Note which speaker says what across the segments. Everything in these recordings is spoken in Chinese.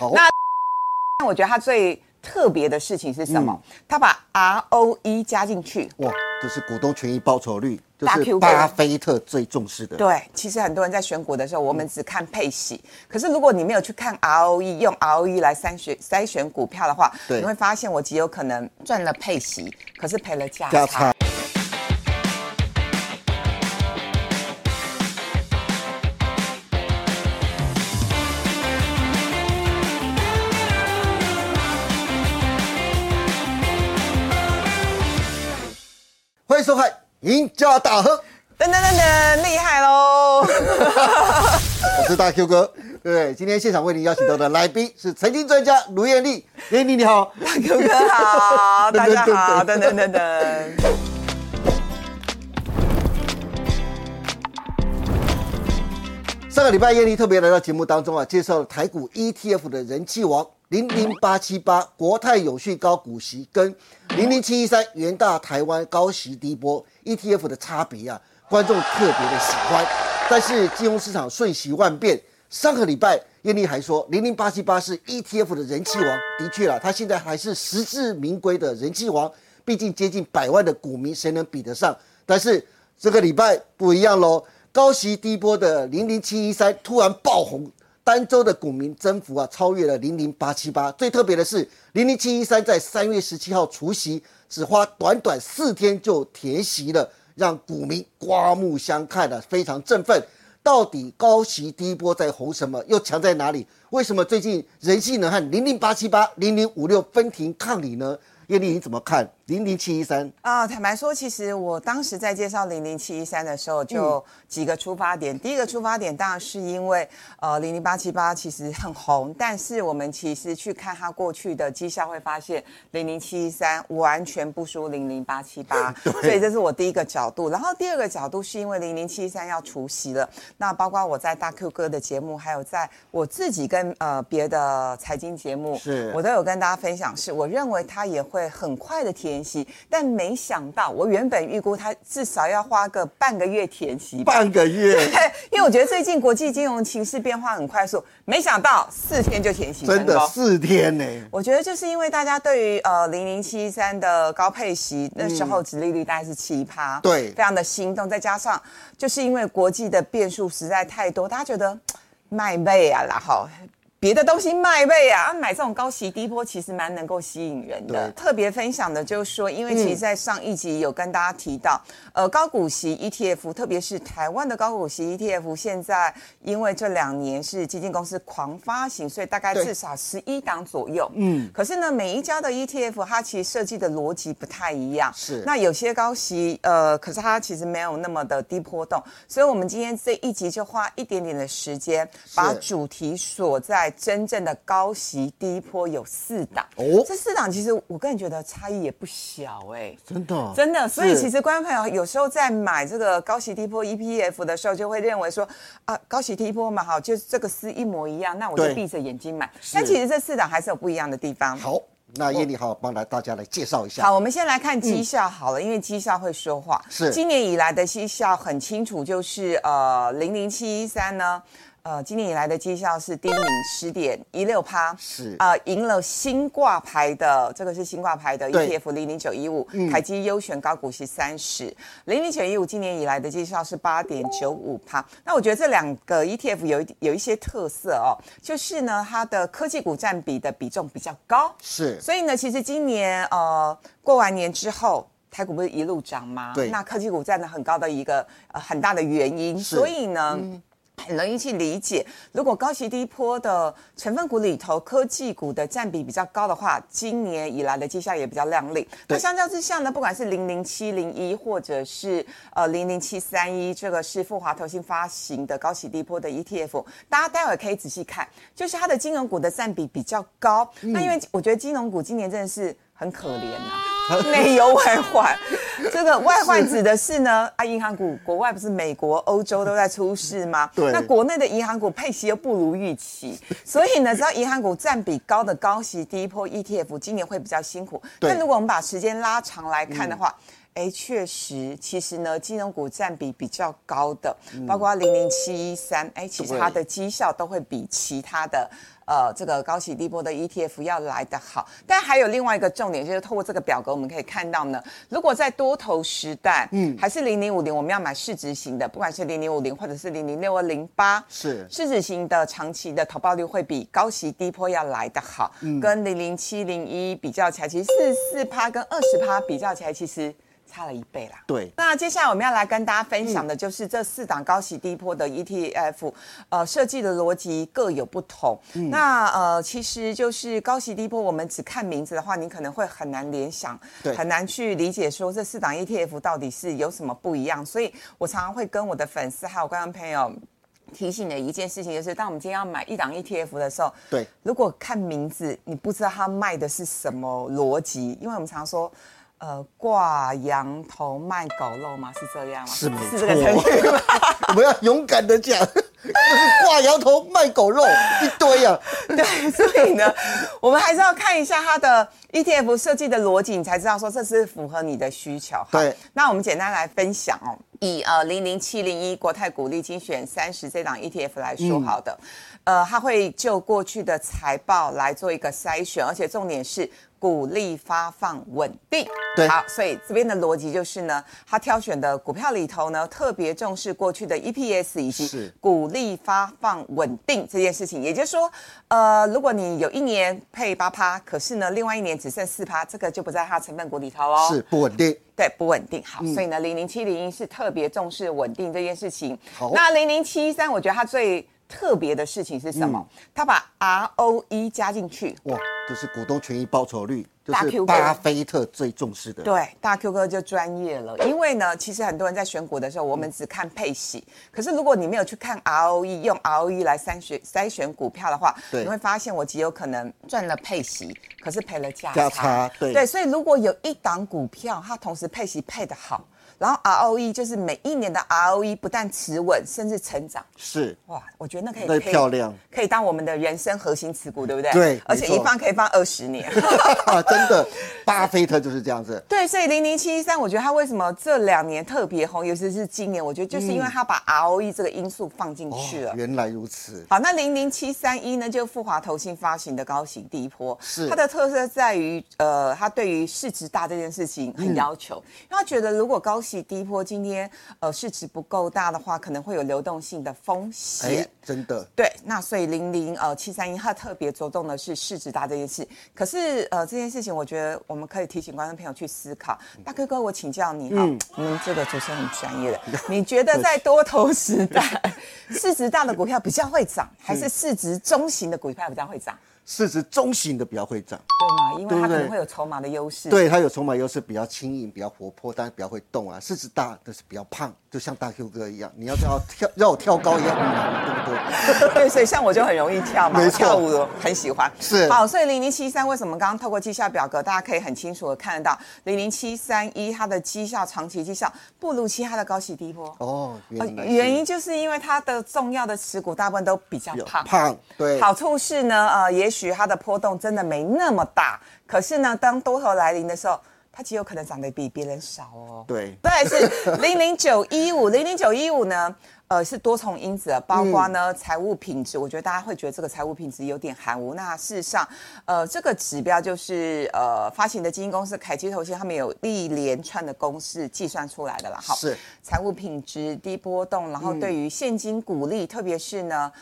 Speaker 1: 好
Speaker 2: 那那我觉得它最特别的事情是什么？
Speaker 1: 嗯
Speaker 2: 它把 ROE 加进去。
Speaker 1: 哇，这是股东权益报酬率，这
Speaker 2: 大
Speaker 1: 是
Speaker 2: Q
Speaker 1: 巴菲特最重视的。
Speaker 2: 对，其实很多人在选股的时候，我
Speaker 1: 嗯
Speaker 2: 们只看配息，可是如果你没有去看 ROE，用 ROE 来筛选筛选股票的话，
Speaker 1: 对
Speaker 2: 你会发现我极有可能赚了配息，可是赔了价
Speaker 1: 价
Speaker 2: 差
Speaker 1: 差。欢迎收看《赢家大亨》，
Speaker 2: 噔噔噔噔，厉害喽！
Speaker 1: 我是大 Q 哥。对，今天现场为您邀请到的来宾是财经专家卢艳丽，艳丽你好。
Speaker 2: 哥哥 好，大家好，噔
Speaker 1: 噔噔
Speaker 2: 噔噔噔。
Speaker 1: 上个礼拜，燕妮特别来到节目当中啊，介绍了台股 ETF 的人气王零零八七八国泰永续高股息跟零零七一三元大台湾高息低波 ETF 的差别啊，观众特别的喜欢。但是金融市场瞬息万变，上个礼拜燕妮还说零零八七八是 ETF 的人气王，的确啊，它现在还是实至名归的人气王，毕竟接近百万的股民，谁能比得上？但是这个礼拜不一样喽，高息低波的零零七一三突然爆红，单周的股民增幅啊超越了零零八七八。最特别的是，零零七一三在三月十七号除夕，只花短短四天就填息了，让股民刮目相看啊，非常振奋。到底高息低波在红什么？又强在哪里？为什么最近人性能和零零八七八、零零五六分庭抗礼呢？叶丽，你怎么看零零七一三？
Speaker 2: 啊、坦白说，其实我当时在介绍零零七一三的时候，就几个出发点。第一个出发点当然是因为，呃，零零八七八其实很红，但是我们其实去看它过去的绩效，会发现零零七一三完全不输零零八七八，所以这是我第一个角度。然后第二个角度是因为零零七一三要除夕了，那包括我在大 Q 哥的节目，还有在我自己跟呃别的财经节目，
Speaker 1: 是
Speaker 2: 我都有跟大家分享是，我认为它也会很快的填息，但没想到我原本预估它至少要花个半个月填息吧。
Speaker 1: 半个月。
Speaker 2: 因为我觉得最近国际金融情势变化很快速，没想到四天就填息成
Speaker 1: 真
Speaker 2: 功。
Speaker 1: 的四天呢、
Speaker 2: 我觉得就是因为大家对于呃零零七三的高配息，那时候殖利率大概是七趴，
Speaker 1: 嗯对
Speaker 2: 非常的心动。再加上就是因为国际的变数实在太多，大家觉得嘖卖背啊啦哈。别的东西卖背啊，啊买这种高息低波其实蛮能够吸引人的。特别分享的就是说，
Speaker 1: 嗯
Speaker 2: 因为其实，在上一集有跟大家提到，呃，高股息 ETF，特别是台湾的高股息 ETF，现在因为这两年是基金公司狂发行，所以大概
Speaker 1: 对
Speaker 2: 至少十一档左右。嗯，可是呢，每一家的 ETF 它其实设计的逻辑不太一样。
Speaker 1: 是
Speaker 2: 那有些高息，呃，可是它其实没有那么的低波动，所以我们今天这一集就花一点点的时间，把主题锁在真正的高息低波有四档。
Speaker 1: 哦
Speaker 2: 哦，这四档其实我个人觉得差异也不小哎、
Speaker 1: 真的哦
Speaker 2: 真的，所以
Speaker 1: 是
Speaker 2: 其实观众朋友有时候在买这个高息低波 EPF 的时候，就会认为说啊，高息低波嘛，好，就是这个是一模一样，那我就
Speaker 1: 对
Speaker 2: 闭着眼睛买。但其实这四档还是有不一样的地方。
Speaker 1: 好，那叶丽好好帮来大家来介绍一下。
Speaker 2: 好，我们先来看绩效好了，因为绩效会说话。
Speaker 1: 是
Speaker 2: 今年以来的绩效很清楚，就是呃零零七一三呢，呃今年以来的绩效是第一名十点一六趴，
Speaker 1: 是
Speaker 2: 啊、赢了新挂牌的这个是新挂牌的
Speaker 1: 对嗯
Speaker 2: ETF 零零九一五，凯基优选高股息三十，零零九一五今年以来的绩效是八点九五趴。那我觉得这两个 ETF 有一有一些特色哦，就是呢它的科技股占比的比重比较高，
Speaker 1: 是
Speaker 2: 所以呢，其实今年呃过完年之后，台股不是一路涨吗？
Speaker 1: 对
Speaker 2: 那科技股占了很高的一个呃很大的原因，
Speaker 1: 是嗯
Speaker 2: 所以呢。很容易去理解，如果高息低波的成分股里头，科技股的占比比较高的话，今年以来的绩效也比较亮丽。那相较之下呢，不管是零零七零一或者是呃零零七三一，这个是富华投信发行的高息低波的 ETF，大家待会儿可以仔细看，就是它的金融股的占比比较高。那因为我觉得金融股今年真的是很可怜呐、 内忧外患。这个外患指的是呢，啊，银行股国外不是美国、欧洲都在出事吗？
Speaker 1: 对
Speaker 2: 那国内的银行股配息又不如预 期，所以呢，只要银行股占比高的高息第一波 E ETF，今年会比较辛苦。
Speaker 1: 对嗯
Speaker 2: 但如果我们把时间拉长来看的话，哎、哎，确实，其实呢，金融股占比比较高的，
Speaker 1: 嗯
Speaker 2: 包括零零七一三，哎，其实它的绩效都会比其他的呃这个高息低波的 ETF 要来得好。但还有另外一个重点，就是透过这个表格我们可以看到呢，如果在多头时代，嗯，还是零零五零，我们要买市值型的，不管是零零五零或者是零零六二零八，
Speaker 1: 是
Speaker 2: 市值型的长期的投报率会比高息低波要来得好，
Speaker 1: 嗯
Speaker 2: 跟零零七零一比较起来，其实四四趴跟二十趴比较起来，其实差了一倍啦。
Speaker 1: 对，
Speaker 2: 那接下来我们要来跟大家分享的就是这四档高息低波的 ETF，呃，设计的逻辑各有不同。那呃，其实就是高息低波，我们只看名字的话，你可能会很难联想，
Speaker 1: 对
Speaker 2: 很难去理解说这四档 ETF 到底是有什么不一样。所以我常常会跟我的粉丝还有观众朋友。提醒的一件事情就是，当我们今天要买一档 ETF 的时候，
Speaker 1: 对
Speaker 2: 如果看名字，你不知道它卖的是什么逻辑，因为我们常说，呃，挂羊头卖狗肉嘛，是这样吗？
Speaker 1: 是没
Speaker 2: 这个成语吗？
Speaker 1: 我们要勇敢的讲，就是挂羊头卖 狗肉一堆啊，
Speaker 2: 对，所以呢， 我们还是要看一下它的 ETF 设计的逻辑，你才知道说这是符合你的需求。好
Speaker 1: 对，
Speaker 2: 那我们简单来分享哦，以呃零零七零一国泰股利精选三十这档 ETF 来说好的，
Speaker 1: 嗯
Speaker 2: 呃，它会就过去的财报来做一个筛选，而且重点是。股利发放稳定，
Speaker 1: 对
Speaker 2: 好，所以这边的逻辑就是呢，它挑选的股票里头呢，特别重视过去的 EPS 以及
Speaker 1: 是
Speaker 2: 鼓励发放稳定这件事情，也就是说，呃，如果你有一年配八趴，可是呢，另外一年只剩四趴，这个就不在它的成分股里头哦。
Speaker 1: 是，嗯不稳定。
Speaker 2: 对，不稳定。好，所以呢，零零七零一是特别重视稳定这件事情。
Speaker 1: 好
Speaker 2: 那零零七三，我觉得它最特别的事情是什么？
Speaker 1: 嗯
Speaker 2: 它把 ROE 加进去。
Speaker 1: 哇，这是股东权益报酬率，就
Speaker 2: 大 Q
Speaker 1: 是
Speaker 2: 哥
Speaker 1: 巴菲特最重视的。
Speaker 2: 对，大 Q 哥就专业了，因为呢，其实很多人在选股的时候，我们只看配息，可是如果你没有去看 ROE，用 ROE 来筛选筛选股票的话，
Speaker 1: 对
Speaker 2: 你会发现我极有可能赚了配息，可是赔了价
Speaker 1: 价差对
Speaker 2: 所以如果有一档股票，它同时配息配得好，然后 ROE 就是每一年的 ROE 不但持稳，甚至成长，
Speaker 1: 是，
Speaker 2: 哇，我觉得那可以
Speaker 1: 那
Speaker 2: 配
Speaker 1: 漂亮，
Speaker 2: 可以当我们的人生核心持股，对不对？
Speaker 1: 对
Speaker 2: 而且
Speaker 1: 没
Speaker 2: 一
Speaker 1: 错
Speaker 2: 放可以放二十年。
Speaker 1: 啊真的，巴菲特就是这样子。
Speaker 2: 对，所以零零七一三，我觉得它为什么这两年特别红，尤其是今年，我觉得就是因为它把 ROE 这个因素放进
Speaker 1: 嗯哦
Speaker 2: 去了。
Speaker 1: 原来如此。
Speaker 2: 好，那零零七三一呢，就富华投信发行的高息低波，
Speaker 1: 是
Speaker 2: 它的特色在于，呃，它对于市值大这件事情
Speaker 1: 嗯
Speaker 2: 很要求，因为它觉得如果高息低波今天呃市值不够大的话，可能会有流动性的风险。
Speaker 1: 哎，真的，
Speaker 2: 对，那所以零零呃七三一，它特别着重的是市值大这件事。可是呃这件事情，我觉得我们可以提醒观众朋友去思考。大哥哥，我请教你哈，
Speaker 1: 嗯
Speaker 2: 你们这个主持人很专 业的，你觉得在多头时代，市值大的股票比较会涨，还
Speaker 1: 嗯
Speaker 2: 是市值中型的股票比较会涨？
Speaker 1: 市值中型的比较会涨，
Speaker 2: 对吗？因为
Speaker 1: 对
Speaker 2: 它
Speaker 1: 不
Speaker 2: 可能
Speaker 1: 对
Speaker 2: 会有筹码的优势。
Speaker 1: 对它有筹码优势，比较轻盈，比较活泼，但是比较会动啊。市值大但是比较胖，就像大 Q 哥一样，你要叫我跳让我跳高一样很难，对不对？
Speaker 2: 对，所以像我就很容易跳嘛，
Speaker 1: 没
Speaker 2: 我
Speaker 1: 错
Speaker 2: 跳舞我很喜欢。
Speaker 1: 是
Speaker 2: 好，所以零零七三为什么刚刚透过绩效表格，大家可以很清楚的看得到，零零七三一它的绩效长期绩效不如其他的高息低波。
Speaker 1: 哦，
Speaker 2: 呃
Speaker 1: 原来是
Speaker 2: 原因就是因为它的重要的持股大部分都比较
Speaker 1: 有
Speaker 2: 胖。
Speaker 1: 胖，对，
Speaker 2: 好处是呢，呃，也许它的波动真的没那么大，可是呢，当多头来临的时候，它极有可能涨得比别人少哦。
Speaker 1: 对，
Speaker 2: 对， 是零零九一五，零零九一五呢，呃，是多重因子的，包括
Speaker 1: 嗯
Speaker 2: 呢财务品质，我觉得大家会觉得这个财务品质有点含糊。那事实上，呃，这个指标就是呃发行的基金公司凯基投信，他们有一连串的公式计算出来的啦。好，
Speaker 1: 是嗯
Speaker 2: 财务品质低波动，然后对于现金股利，特别是呢。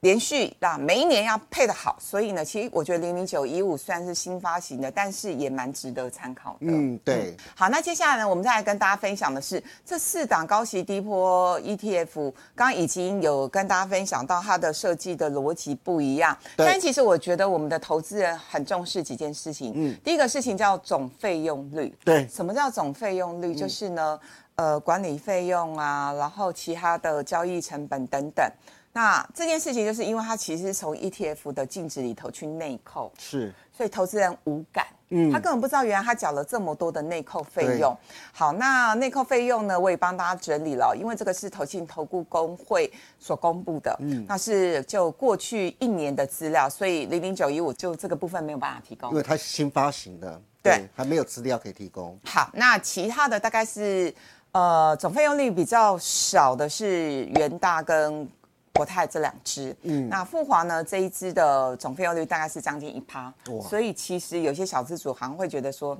Speaker 2: 连续啊，每一年要配得好，所以呢，其实我觉得零零九一五虽然是新发行的，但是也蛮值得参考的。
Speaker 1: 嗯，对，
Speaker 2: 好，那接下来呢，我们再来跟大家分享的是这四档高息低波 ETF，刚刚已经有跟大家分享到它的设计的逻辑不一样，
Speaker 1: 对
Speaker 2: 但其实我觉得我们的投资人很重视几件事情，嗯，第一个事情叫总费用率，
Speaker 1: 对嗯
Speaker 2: 什么叫总费用率？就是呢，呃，管理费用啊，然后其他的交易成本等等。那这件事情就是因为它其实是从 ETF 的净值里头去内扣，
Speaker 1: 是
Speaker 2: 所以投资人无感。嗯，他根本不知道原来他缴了这么多的内扣费用。好，那内扣费用呢，我也帮大家整理了，因为这个是投信投顾工会所公布的，嗯，那是就过去一年的资料，所以零零九一五就这个部分没有办法提供
Speaker 1: 因。为它是新发行的，
Speaker 2: 对，
Speaker 1: 还没有资料可以提供。
Speaker 2: 好，那其他的大概是呃总费用率比较少的是元大跟国泰这两支，嗯，那富华呢这一支的总费用率大概是将近一趴，
Speaker 1: 哇
Speaker 2: 所以其实有些小资主好像会觉得说。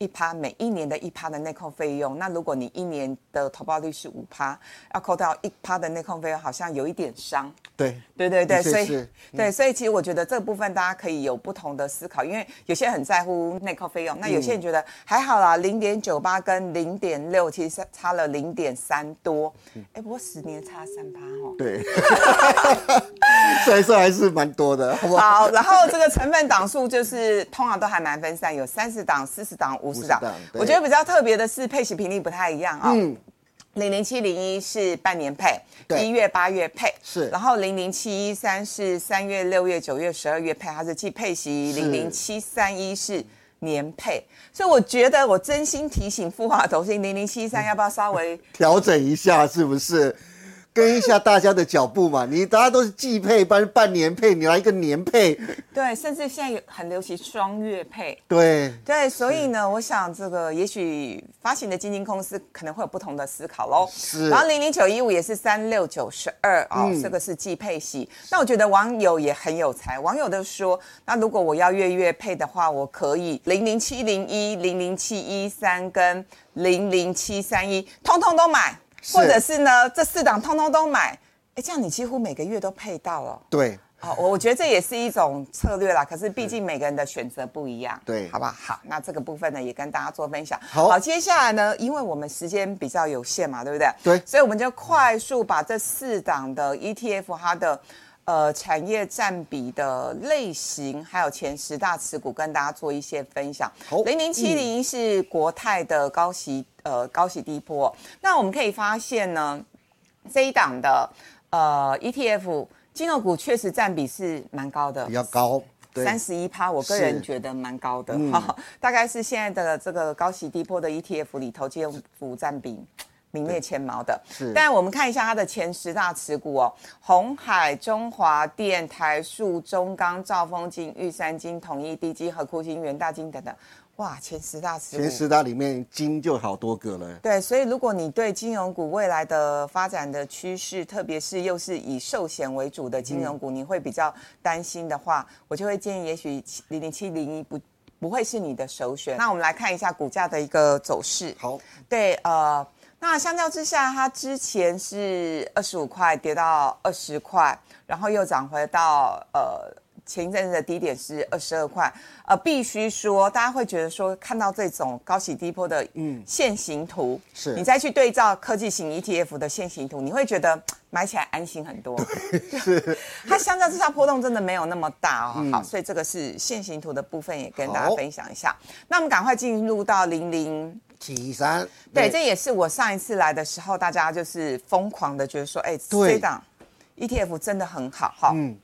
Speaker 2: 一趴每一年的一趴的内扣费用，那如果你一年的投报率是五趴，要扣掉一趴的内扣费用，好像有一点伤。
Speaker 1: 对，
Speaker 2: 对对对，
Speaker 1: 的确
Speaker 2: 所以
Speaker 1: 是嗯
Speaker 2: 对，所以其实我觉得这部分大家可以有不同的思考，因为有些人很在乎内扣费用，那有
Speaker 1: 嗯
Speaker 2: 些人觉得还好啦，零点九八跟零点六其实是差了零点三多，
Speaker 1: 嗯
Speaker 2: 哎，不过十年差三八哦。
Speaker 1: 对， 虽然说还是蛮多的，好不好？
Speaker 2: 好，然后这个成分档数就是通常都还蛮分散，有三十档、四十档、五十档
Speaker 1: 50档。对
Speaker 2: 我觉得比较特别的是配息频率不太一样啊、
Speaker 1: 嗯，
Speaker 2: 零零七零一是半年配，
Speaker 1: 对
Speaker 2: 一月、八月配
Speaker 1: 是
Speaker 2: 然后零零七一三是三月、六月、九月、十二月配，它是季配息；
Speaker 1: 是
Speaker 2: 零零七三一是年配。所以我觉得，我真心提醒富华投信零零七
Speaker 1: 嗯
Speaker 2: 三要不要稍微
Speaker 1: 调整一下是不是？跟一下大家的脚步嘛，你大家都是季配，半半年配，你来一个年配，
Speaker 2: 对，甚至现在有很流行双月配。
Speaker 1: 对，
Speaker 2: 对，所以呢，我想这个也许发行的基金公司可能会有不同的思考喽。
Speaker 1: 是嗯
Speaker 2: 然后零零九一五也是三六九十二哦，这个是季配息。那我觉得网友也很有才，网友都说，那如果我要月月配的话，我可以零零七零一、零零七一三跟零零七三一，通通都买，
Speaker 1: 是
Speaker 2: 或者是呢，这四档通通都买。哎，这样你几乎每个月都配到了。
Speaker 1: 对，
Speaker 2: 好，哦我我觉得这也是一种策略啦。可是毕竟每个人的选择不一样，
Speaker 1: 对
Speaker 2: 好吧？好，那这个部分呢，也跟大家做分享。
Speaker 1: 好
Speaker 2: 接下来呢，因为我们时间比较有限嘛，对不对？
Speaker 1: 对
Speaker 2: 所以我们就快速把这四档的 ETF 它的。呃，产业占比的类型，还有前十大持股，跟大家做一些分享。
Speaker 1: 好嗯
Speaker 2: 零零七零是国泰的高息，呃，高息低波。那我们可以发现呢，这一档的呃 ETF 金融股确实占比是蛮高的
Speaker 1: 比，较高，对，
Speaker 2: 三十一趴，我个
Speaker 1: 是嗯
Speaker 2: 人觉得蛮高的哈、 大概是现在的这个高息低波的 ETF 里头，金融股占比。名列前茅的，
Speaker 1: 是
Speaker 2: 但我们看一下它的前十大持股哦，红海、中华电、台塑、中钢、兆丰金、玉山金、统一、地基、和库金、元大金等等，哇，前十大持股，
Speaker 1: 前十大里面金就好多个了，
Speaker 2: 对，所以如果你对金融股未来的发展的趋势，特别是又是以寿险为主的金融股，你会比较担心的话，我就会建议，也许零零七零一不不会是你的首选。那我们来看一下股价的一个走势。
Speaker 1: 好，
Speaker 2: 对，呃，那相较之下，它之前是二十五块跌到二十块，然后又涨回到呃前一阵子的低点是二十二块。呃，必须说，大家会觉得说，看到这种高起低坡的线形图，
Speaker 1: 嗯是
Speaker 2: 你再去对照科技型 ETF 的线形图，你会觉得嘖买起来安心很多。 它相较之下波动真的没有那么大哦。好，所以这个是线形图的部分，也跟大
Speaker 1: 嗯好
Speaker 2: 家分享一下。那我们赶快进入到零零。
Speaker 1: 七三，
Speaker 2: 对，这也是我上一次来的时候，大家就是疯狂的觉得说，哎、
Speaker 1: 对
Speaker 2: 这档 ETF 真的很好哈。嗯，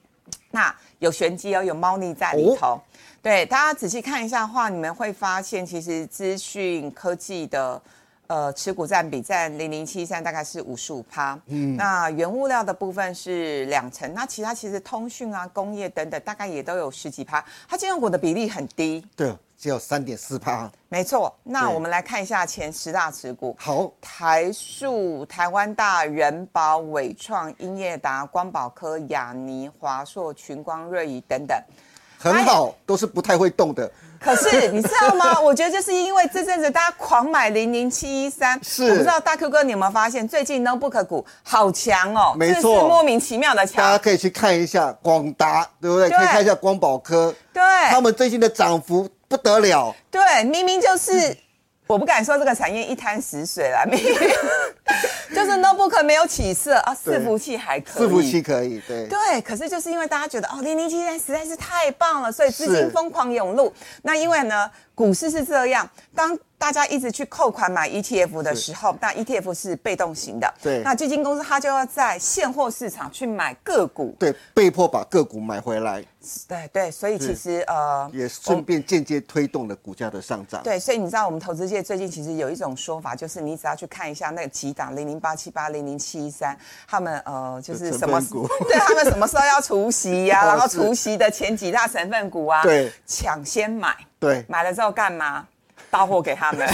Speaker 2: 那有玄机哦，有猫腻在里头。对，大家仔细看一下的话，你们会发现，其实资讯科技的。呃，持股占比占零零七三，大概是五十五趴。嗯，那原物料的部分是两成，那其他其实通讯啊、工业等等，大概也都有十几趴。它金融股的比例很低，
Speaker 1: 对，只有三点四趴，
Speaker 2: 没错。那
Speaker 1: 对
Speaker 2: 我们来看一下前十大持股。
Speaker 1: 好，
Speaker 2: 台塑、台湾大、人保、伟创、英业达、光宝科、雅尼、华硕、群光、瑞仪等 等。哎
Speaker 1: 很好，都是不太会动的，
Speaker 2: 可是你知道吗？ 我觉得就是因为这阵子大家狂买零零七一三，
Speaker 1: 是
Speaker 2: 我不知道大 Q 哥你有没有发现，最近 notebook 股好强哦，
Speaker 1: 没
Speaker 2: 真的
Speaker 1: 错
Speaker 2: 是莫名其妙的
Speaker 1: 大家
Speaker 2: 强。
Speaker 1: 可以去看一下广达，对不对？
Speaker 2: 对
Speaker 1: 可以看一下光宝科，
Speaker 2: 对，
Speaker 1: 他们最近的涨幅不得了，
Speaker 2: 对，明明就是。我不敢说这个产业一滩死水啦，明 明就是 notebook 没有起色啊，
Speaker 1: 对
Speaker 2: 伺服器还可以，
Speaker 1: 伺服器可以，对，
Speaker 2: 对，可是就是因为大家觉得哦，零零七三实在是太棒了，所以资
Speaker 1: 是
Speaker 2: 金疯狂涌入。那因为呢，股市是这样，当大家一直去扣款买 ETF 的时候，那 ETF 是被动型的，
Speaker 1: 对
Speaker 2: 那基金公司它就要在现货市场去买个股，
Speaker 1: 对，被迫把个股买回来，
Speaker 2: 对对，所以其
Speaker 1: 是
Speaker 2: 实呃，
Speaker 1: 也
Speaker 2: 我
Speaker 1: 顺便间接推动了股价的上涨。
Speaker 2: 对，所以你知道我们投资界最近其实有一种说法，就是你只要去看一下那几档零零八七八、零零七一三，他们呃就是
Speaker 1: 成
Speaker 2: 什么
Speaker 1: 分股
Speaker 2: 对他们什么时候要除息呀、
Speaker 1: 哦
Speaker 2: 然后
Speaker 1: 是
Speaker 2: 除息的前几大成分股啊，
Speaker 1: 对
Speaker 2: 抢先买。
Speaker 1: 对
Speaker 2: 买了之后干嘛？到货给他 们。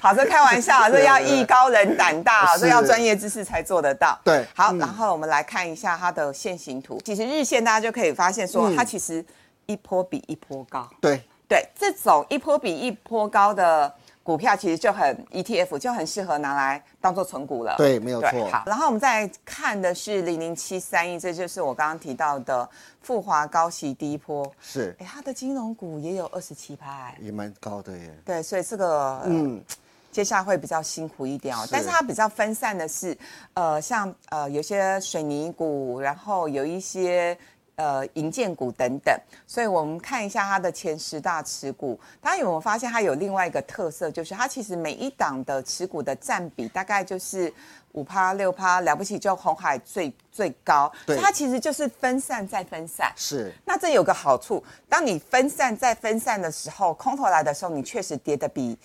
Speaker 2: 好，这开玩笑，啊这要艺高人胆大，啊
Speaker 1: 是
Speaker 2: 这要专业知识才做得到。
Speaker 1: 对嗯
Speaker 2: 好，然后我们来看一下它的线形图。其实日线大家就可以发现说，
Speaker 1: 嗯
Speaker 2: 它其实一波比一波高。
Speaker 1: 对，
Speaker 2: 对，这种一波比一波高的股票，其实就很 ETF 就很适合拿来当做存股了。
Speaker 1: 对没有错
Speaker 2: 好，然后我们再看的是零零七三一，这就是我刚刚提到的富华高息低波。
Speaker 1: 是
Speaker 2: 哎，它的金融股也有二十七趴。
Speaker 1: 也蛮高的耶。
Speaker 2: 对，所以这个嗯。
Speaker 1: 嗯，
Speaker 2: 接下来会比较辛苦一点哦，
Speaker 1: 是
Speaker 2: 但是它比较分散的是，呃，像呃有些水泥股，然后有一些呃银建股等等，所以我们看一下它的前十大持股，大家有没有发现它有另外一个特色，就是它其实每一档的持股的占比大概就是五趴六趴，了不起就红海最最高，
Speaker 1: 对
Speaker 2: 所以它其实就是分散再分散，
Speaker 1: 是
Speaker 2: 那这有个好处，当你分散再分散的时候，空头来的时候，你确实跌得比，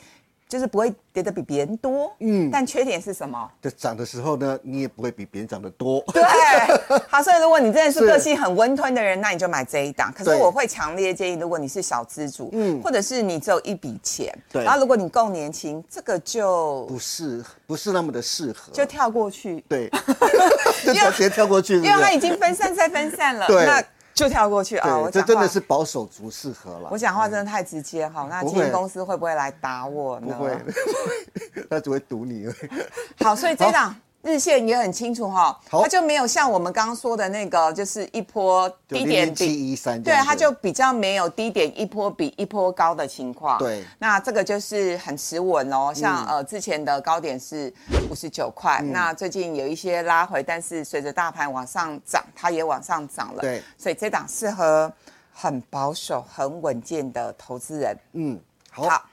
Speaker 2: 就是不会跌得比别人多。嗯，但缺点是什 么？
Speaker 1: 就涨的时候呢，你也不会比别人涨得多。
Speaker 2: 对，好，所以如果你真的是
Speaker 1: 是
Speaker 2: 个性很温吞的人，那你就买这一档。可是
Speaker 1: 对
Speaker 2: 我会强烈建议，如果你是小资主，嗯，或者是你只有一笔钱，
Speaker 1: 对
Speaker 2: 然后如果你够年轻，这个就
Speaker 1: 不是不是那么的适合，
Speaker 2: 就跳过去，
Speaker 1: 对， 就直接跳过去，是不
Speaker 2: 因为它
Speaker 1: 是
Speaker 2: 已经分散再分散了，
Speaker 1: 对
Speaker 2: 那就跳过去啊。
Speaker 1: 对，
Speaker 2: 我
Speaker 1: 这
Speaker 2: 讲
Speaker 1: 真的
Speaker 2: 话
Speaker 1: 是保守族适合了。
Speaker 2: 我讲话真的太直接哈，那
Speaker 1: 不
Speaker 2: 今天
Speaker 1: 会
Speaker 2: 公司会不会来打我呢？
Speaker 1: 不会，他只会 堵你而已。
Speaker 2: 好，所以这档日线也很清楚哈、
Speaker 1: 好
Speaker 2: 它就没有像我们刚刚说的那个，就是 一波低点比，
Speaker 1: 七一三，
Speaker 2: 对，它就比较没有低点一波比一波高的情况。
Speaker 1: 对嗯
Speaker 2: 那这个就是很持稳哦。像、呃之前的高点是五十九块，那最近有一些拉回，但是随着大盘往上涨，它也往上涨了。
Speaker 1: 对，
Speaker 2: 所以这档适合很保守、很稳健的投资人。
Speaker 1: 嗯，好，
Speaker 2: 好，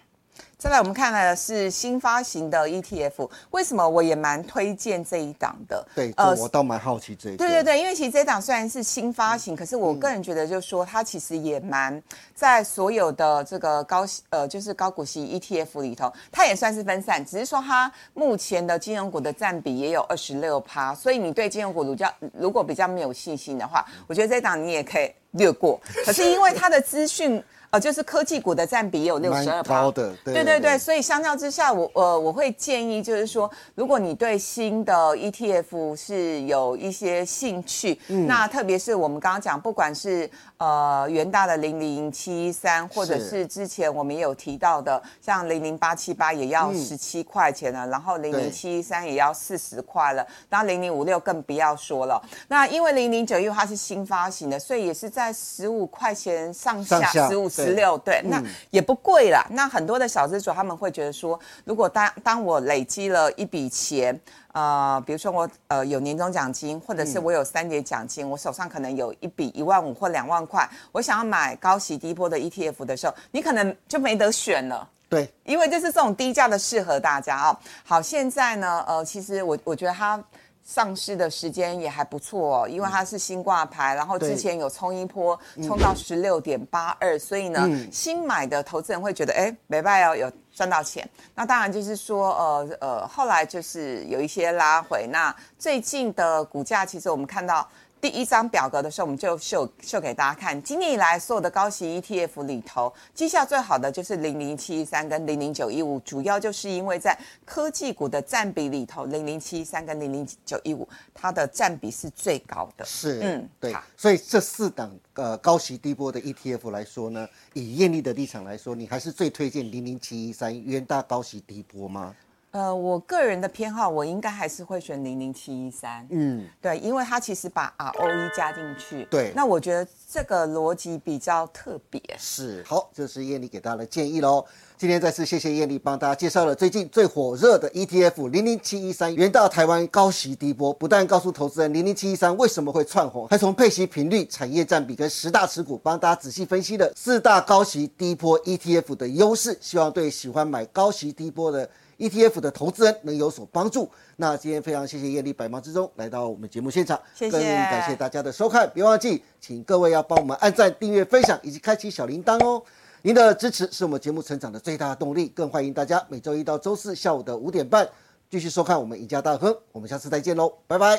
Speaker 2: 再来我们看的是新发行的 ETF，为什么我也蛮推荐这一档的？
Speaker 1: 对，这我倒蛮好奇这个。
Speaker 2: 对呃对对，因为其实这一档虽然是新发
Speaker 1: 嗯
Speaker 2: 行，可是我个人觉得，就是说它其实也蛮在所有的这个高息呃，就是高股息 ETF 里头，它也算是分散，只是说它目前的金融股的占比也有二十六趴，所以你对金融股比较如果比较没有信心的话，我觉得这一档你也可以略过。可是因为它的资讯。呃，就是科技股的占比也有六十二
Speaker 1: 蛮高的
Speaker 2: 对
Speaker 1: 对对
Speaker 2: 对
Speaker 1: 对
Speaker 2: 对，所以相较之下，我呃我会建议就是说，如果你对新的 ETF 是有一些兴趣，那特别是我们刚刚讲，不管是呃元大的零零七一三，或者
Speaker 1: 是
Speaker 2: 是之前我们也有提到的，像零零八七八也要十七块钱了，然后零零七一三也要四十块了，然后零零五六更不要说了。那因为零零九因为它是新发行的，所以也是在十五块钱上下，
Speaker 1: 上下
Speaker 2: 十五
Speaker 1: 对嗯
Speaker 2: 十六。哦，对，那也不贵啦。那很多的小资主他们会觉得说，如果当当我累积了一笔钱，呃，比如说我呃有年终奖金，或者
Speaker 1: 嗯
Speaker 2: 是我有三节奖金，我手上可能有一笔一万五或两万块，我想要买高息低波的 ETF 的时候，你可能就没得选了。
Speaker 1: 对
Speaker 2: 因为就是这种低价的适合大家啊、好，现在呢，呃，其实我我觉得它上市的时间也还不错、哦，因为它是新挂牌，然后
Speaker 1: 嗯对
Speaker 2: 之前有冲一波，冲到十六点八二，所以呢，新买的投资人会觉得，哎，没办哦，有赚到钱。那当然就是说，呃呃，后来就是有一些拉回。那最近的股价，其实我们看到。第一张表格的时候，我们就秀秀给大家看。今年以来，所有的高息 ETF 里头，绩效最好的就是零零七一三跟零零九一五，主要就是因为在科技股的占比里头，零零七一三跟零零九一五，它的占比是最高的。
Speaker 1: 是，
Speaker 2: 嗯
Speaker 1: 对
Speaker 2: 好，
Speaker 1: 所以这四档呃高息低波的 ETF 来说呢，以艳丽的立场来说，你还是最推荐零零七一三元大高息低波吗？
Speaker 2: 呃，我个人的偏好，我应该还是会选零零七一三。
Speaker 1: 嗯，
Speaker 2: 对，因为它其实把 ROE 加进去。
Speaker 1: 对
Speaker 2: 那我觉得这个逻辑比较特别。
Speaker 1: 是，好，这是艳丽给大家的建议喽。今天再次谢谢艳丽帮大家介绍了最近最火热的 ETF 零零七一三，元大台湾高息低波，不但告诉投资人零零七一三为什么会窜红，还从配息频率、产业占比跟十大持股帮大家仔细分析了四大高息低波 ETF 的优势，希望对喜欢买高息低波的 ETF 的投资人能有所帮助。那今天非常谢谢艳丽百忙之中来到我们节目现场，
Speaker 2: 谢谢
Speaker 1: 更感谢大家的收看，别忘记请各位要帮我们按赞、订阅、分享以及开启小铃铛哦。您的支持是我们节目成长的最大动力，更欢迎大家每周一到周四下午的五点半继续收看我们赢家大亨。我们下次再见喽，拜拜。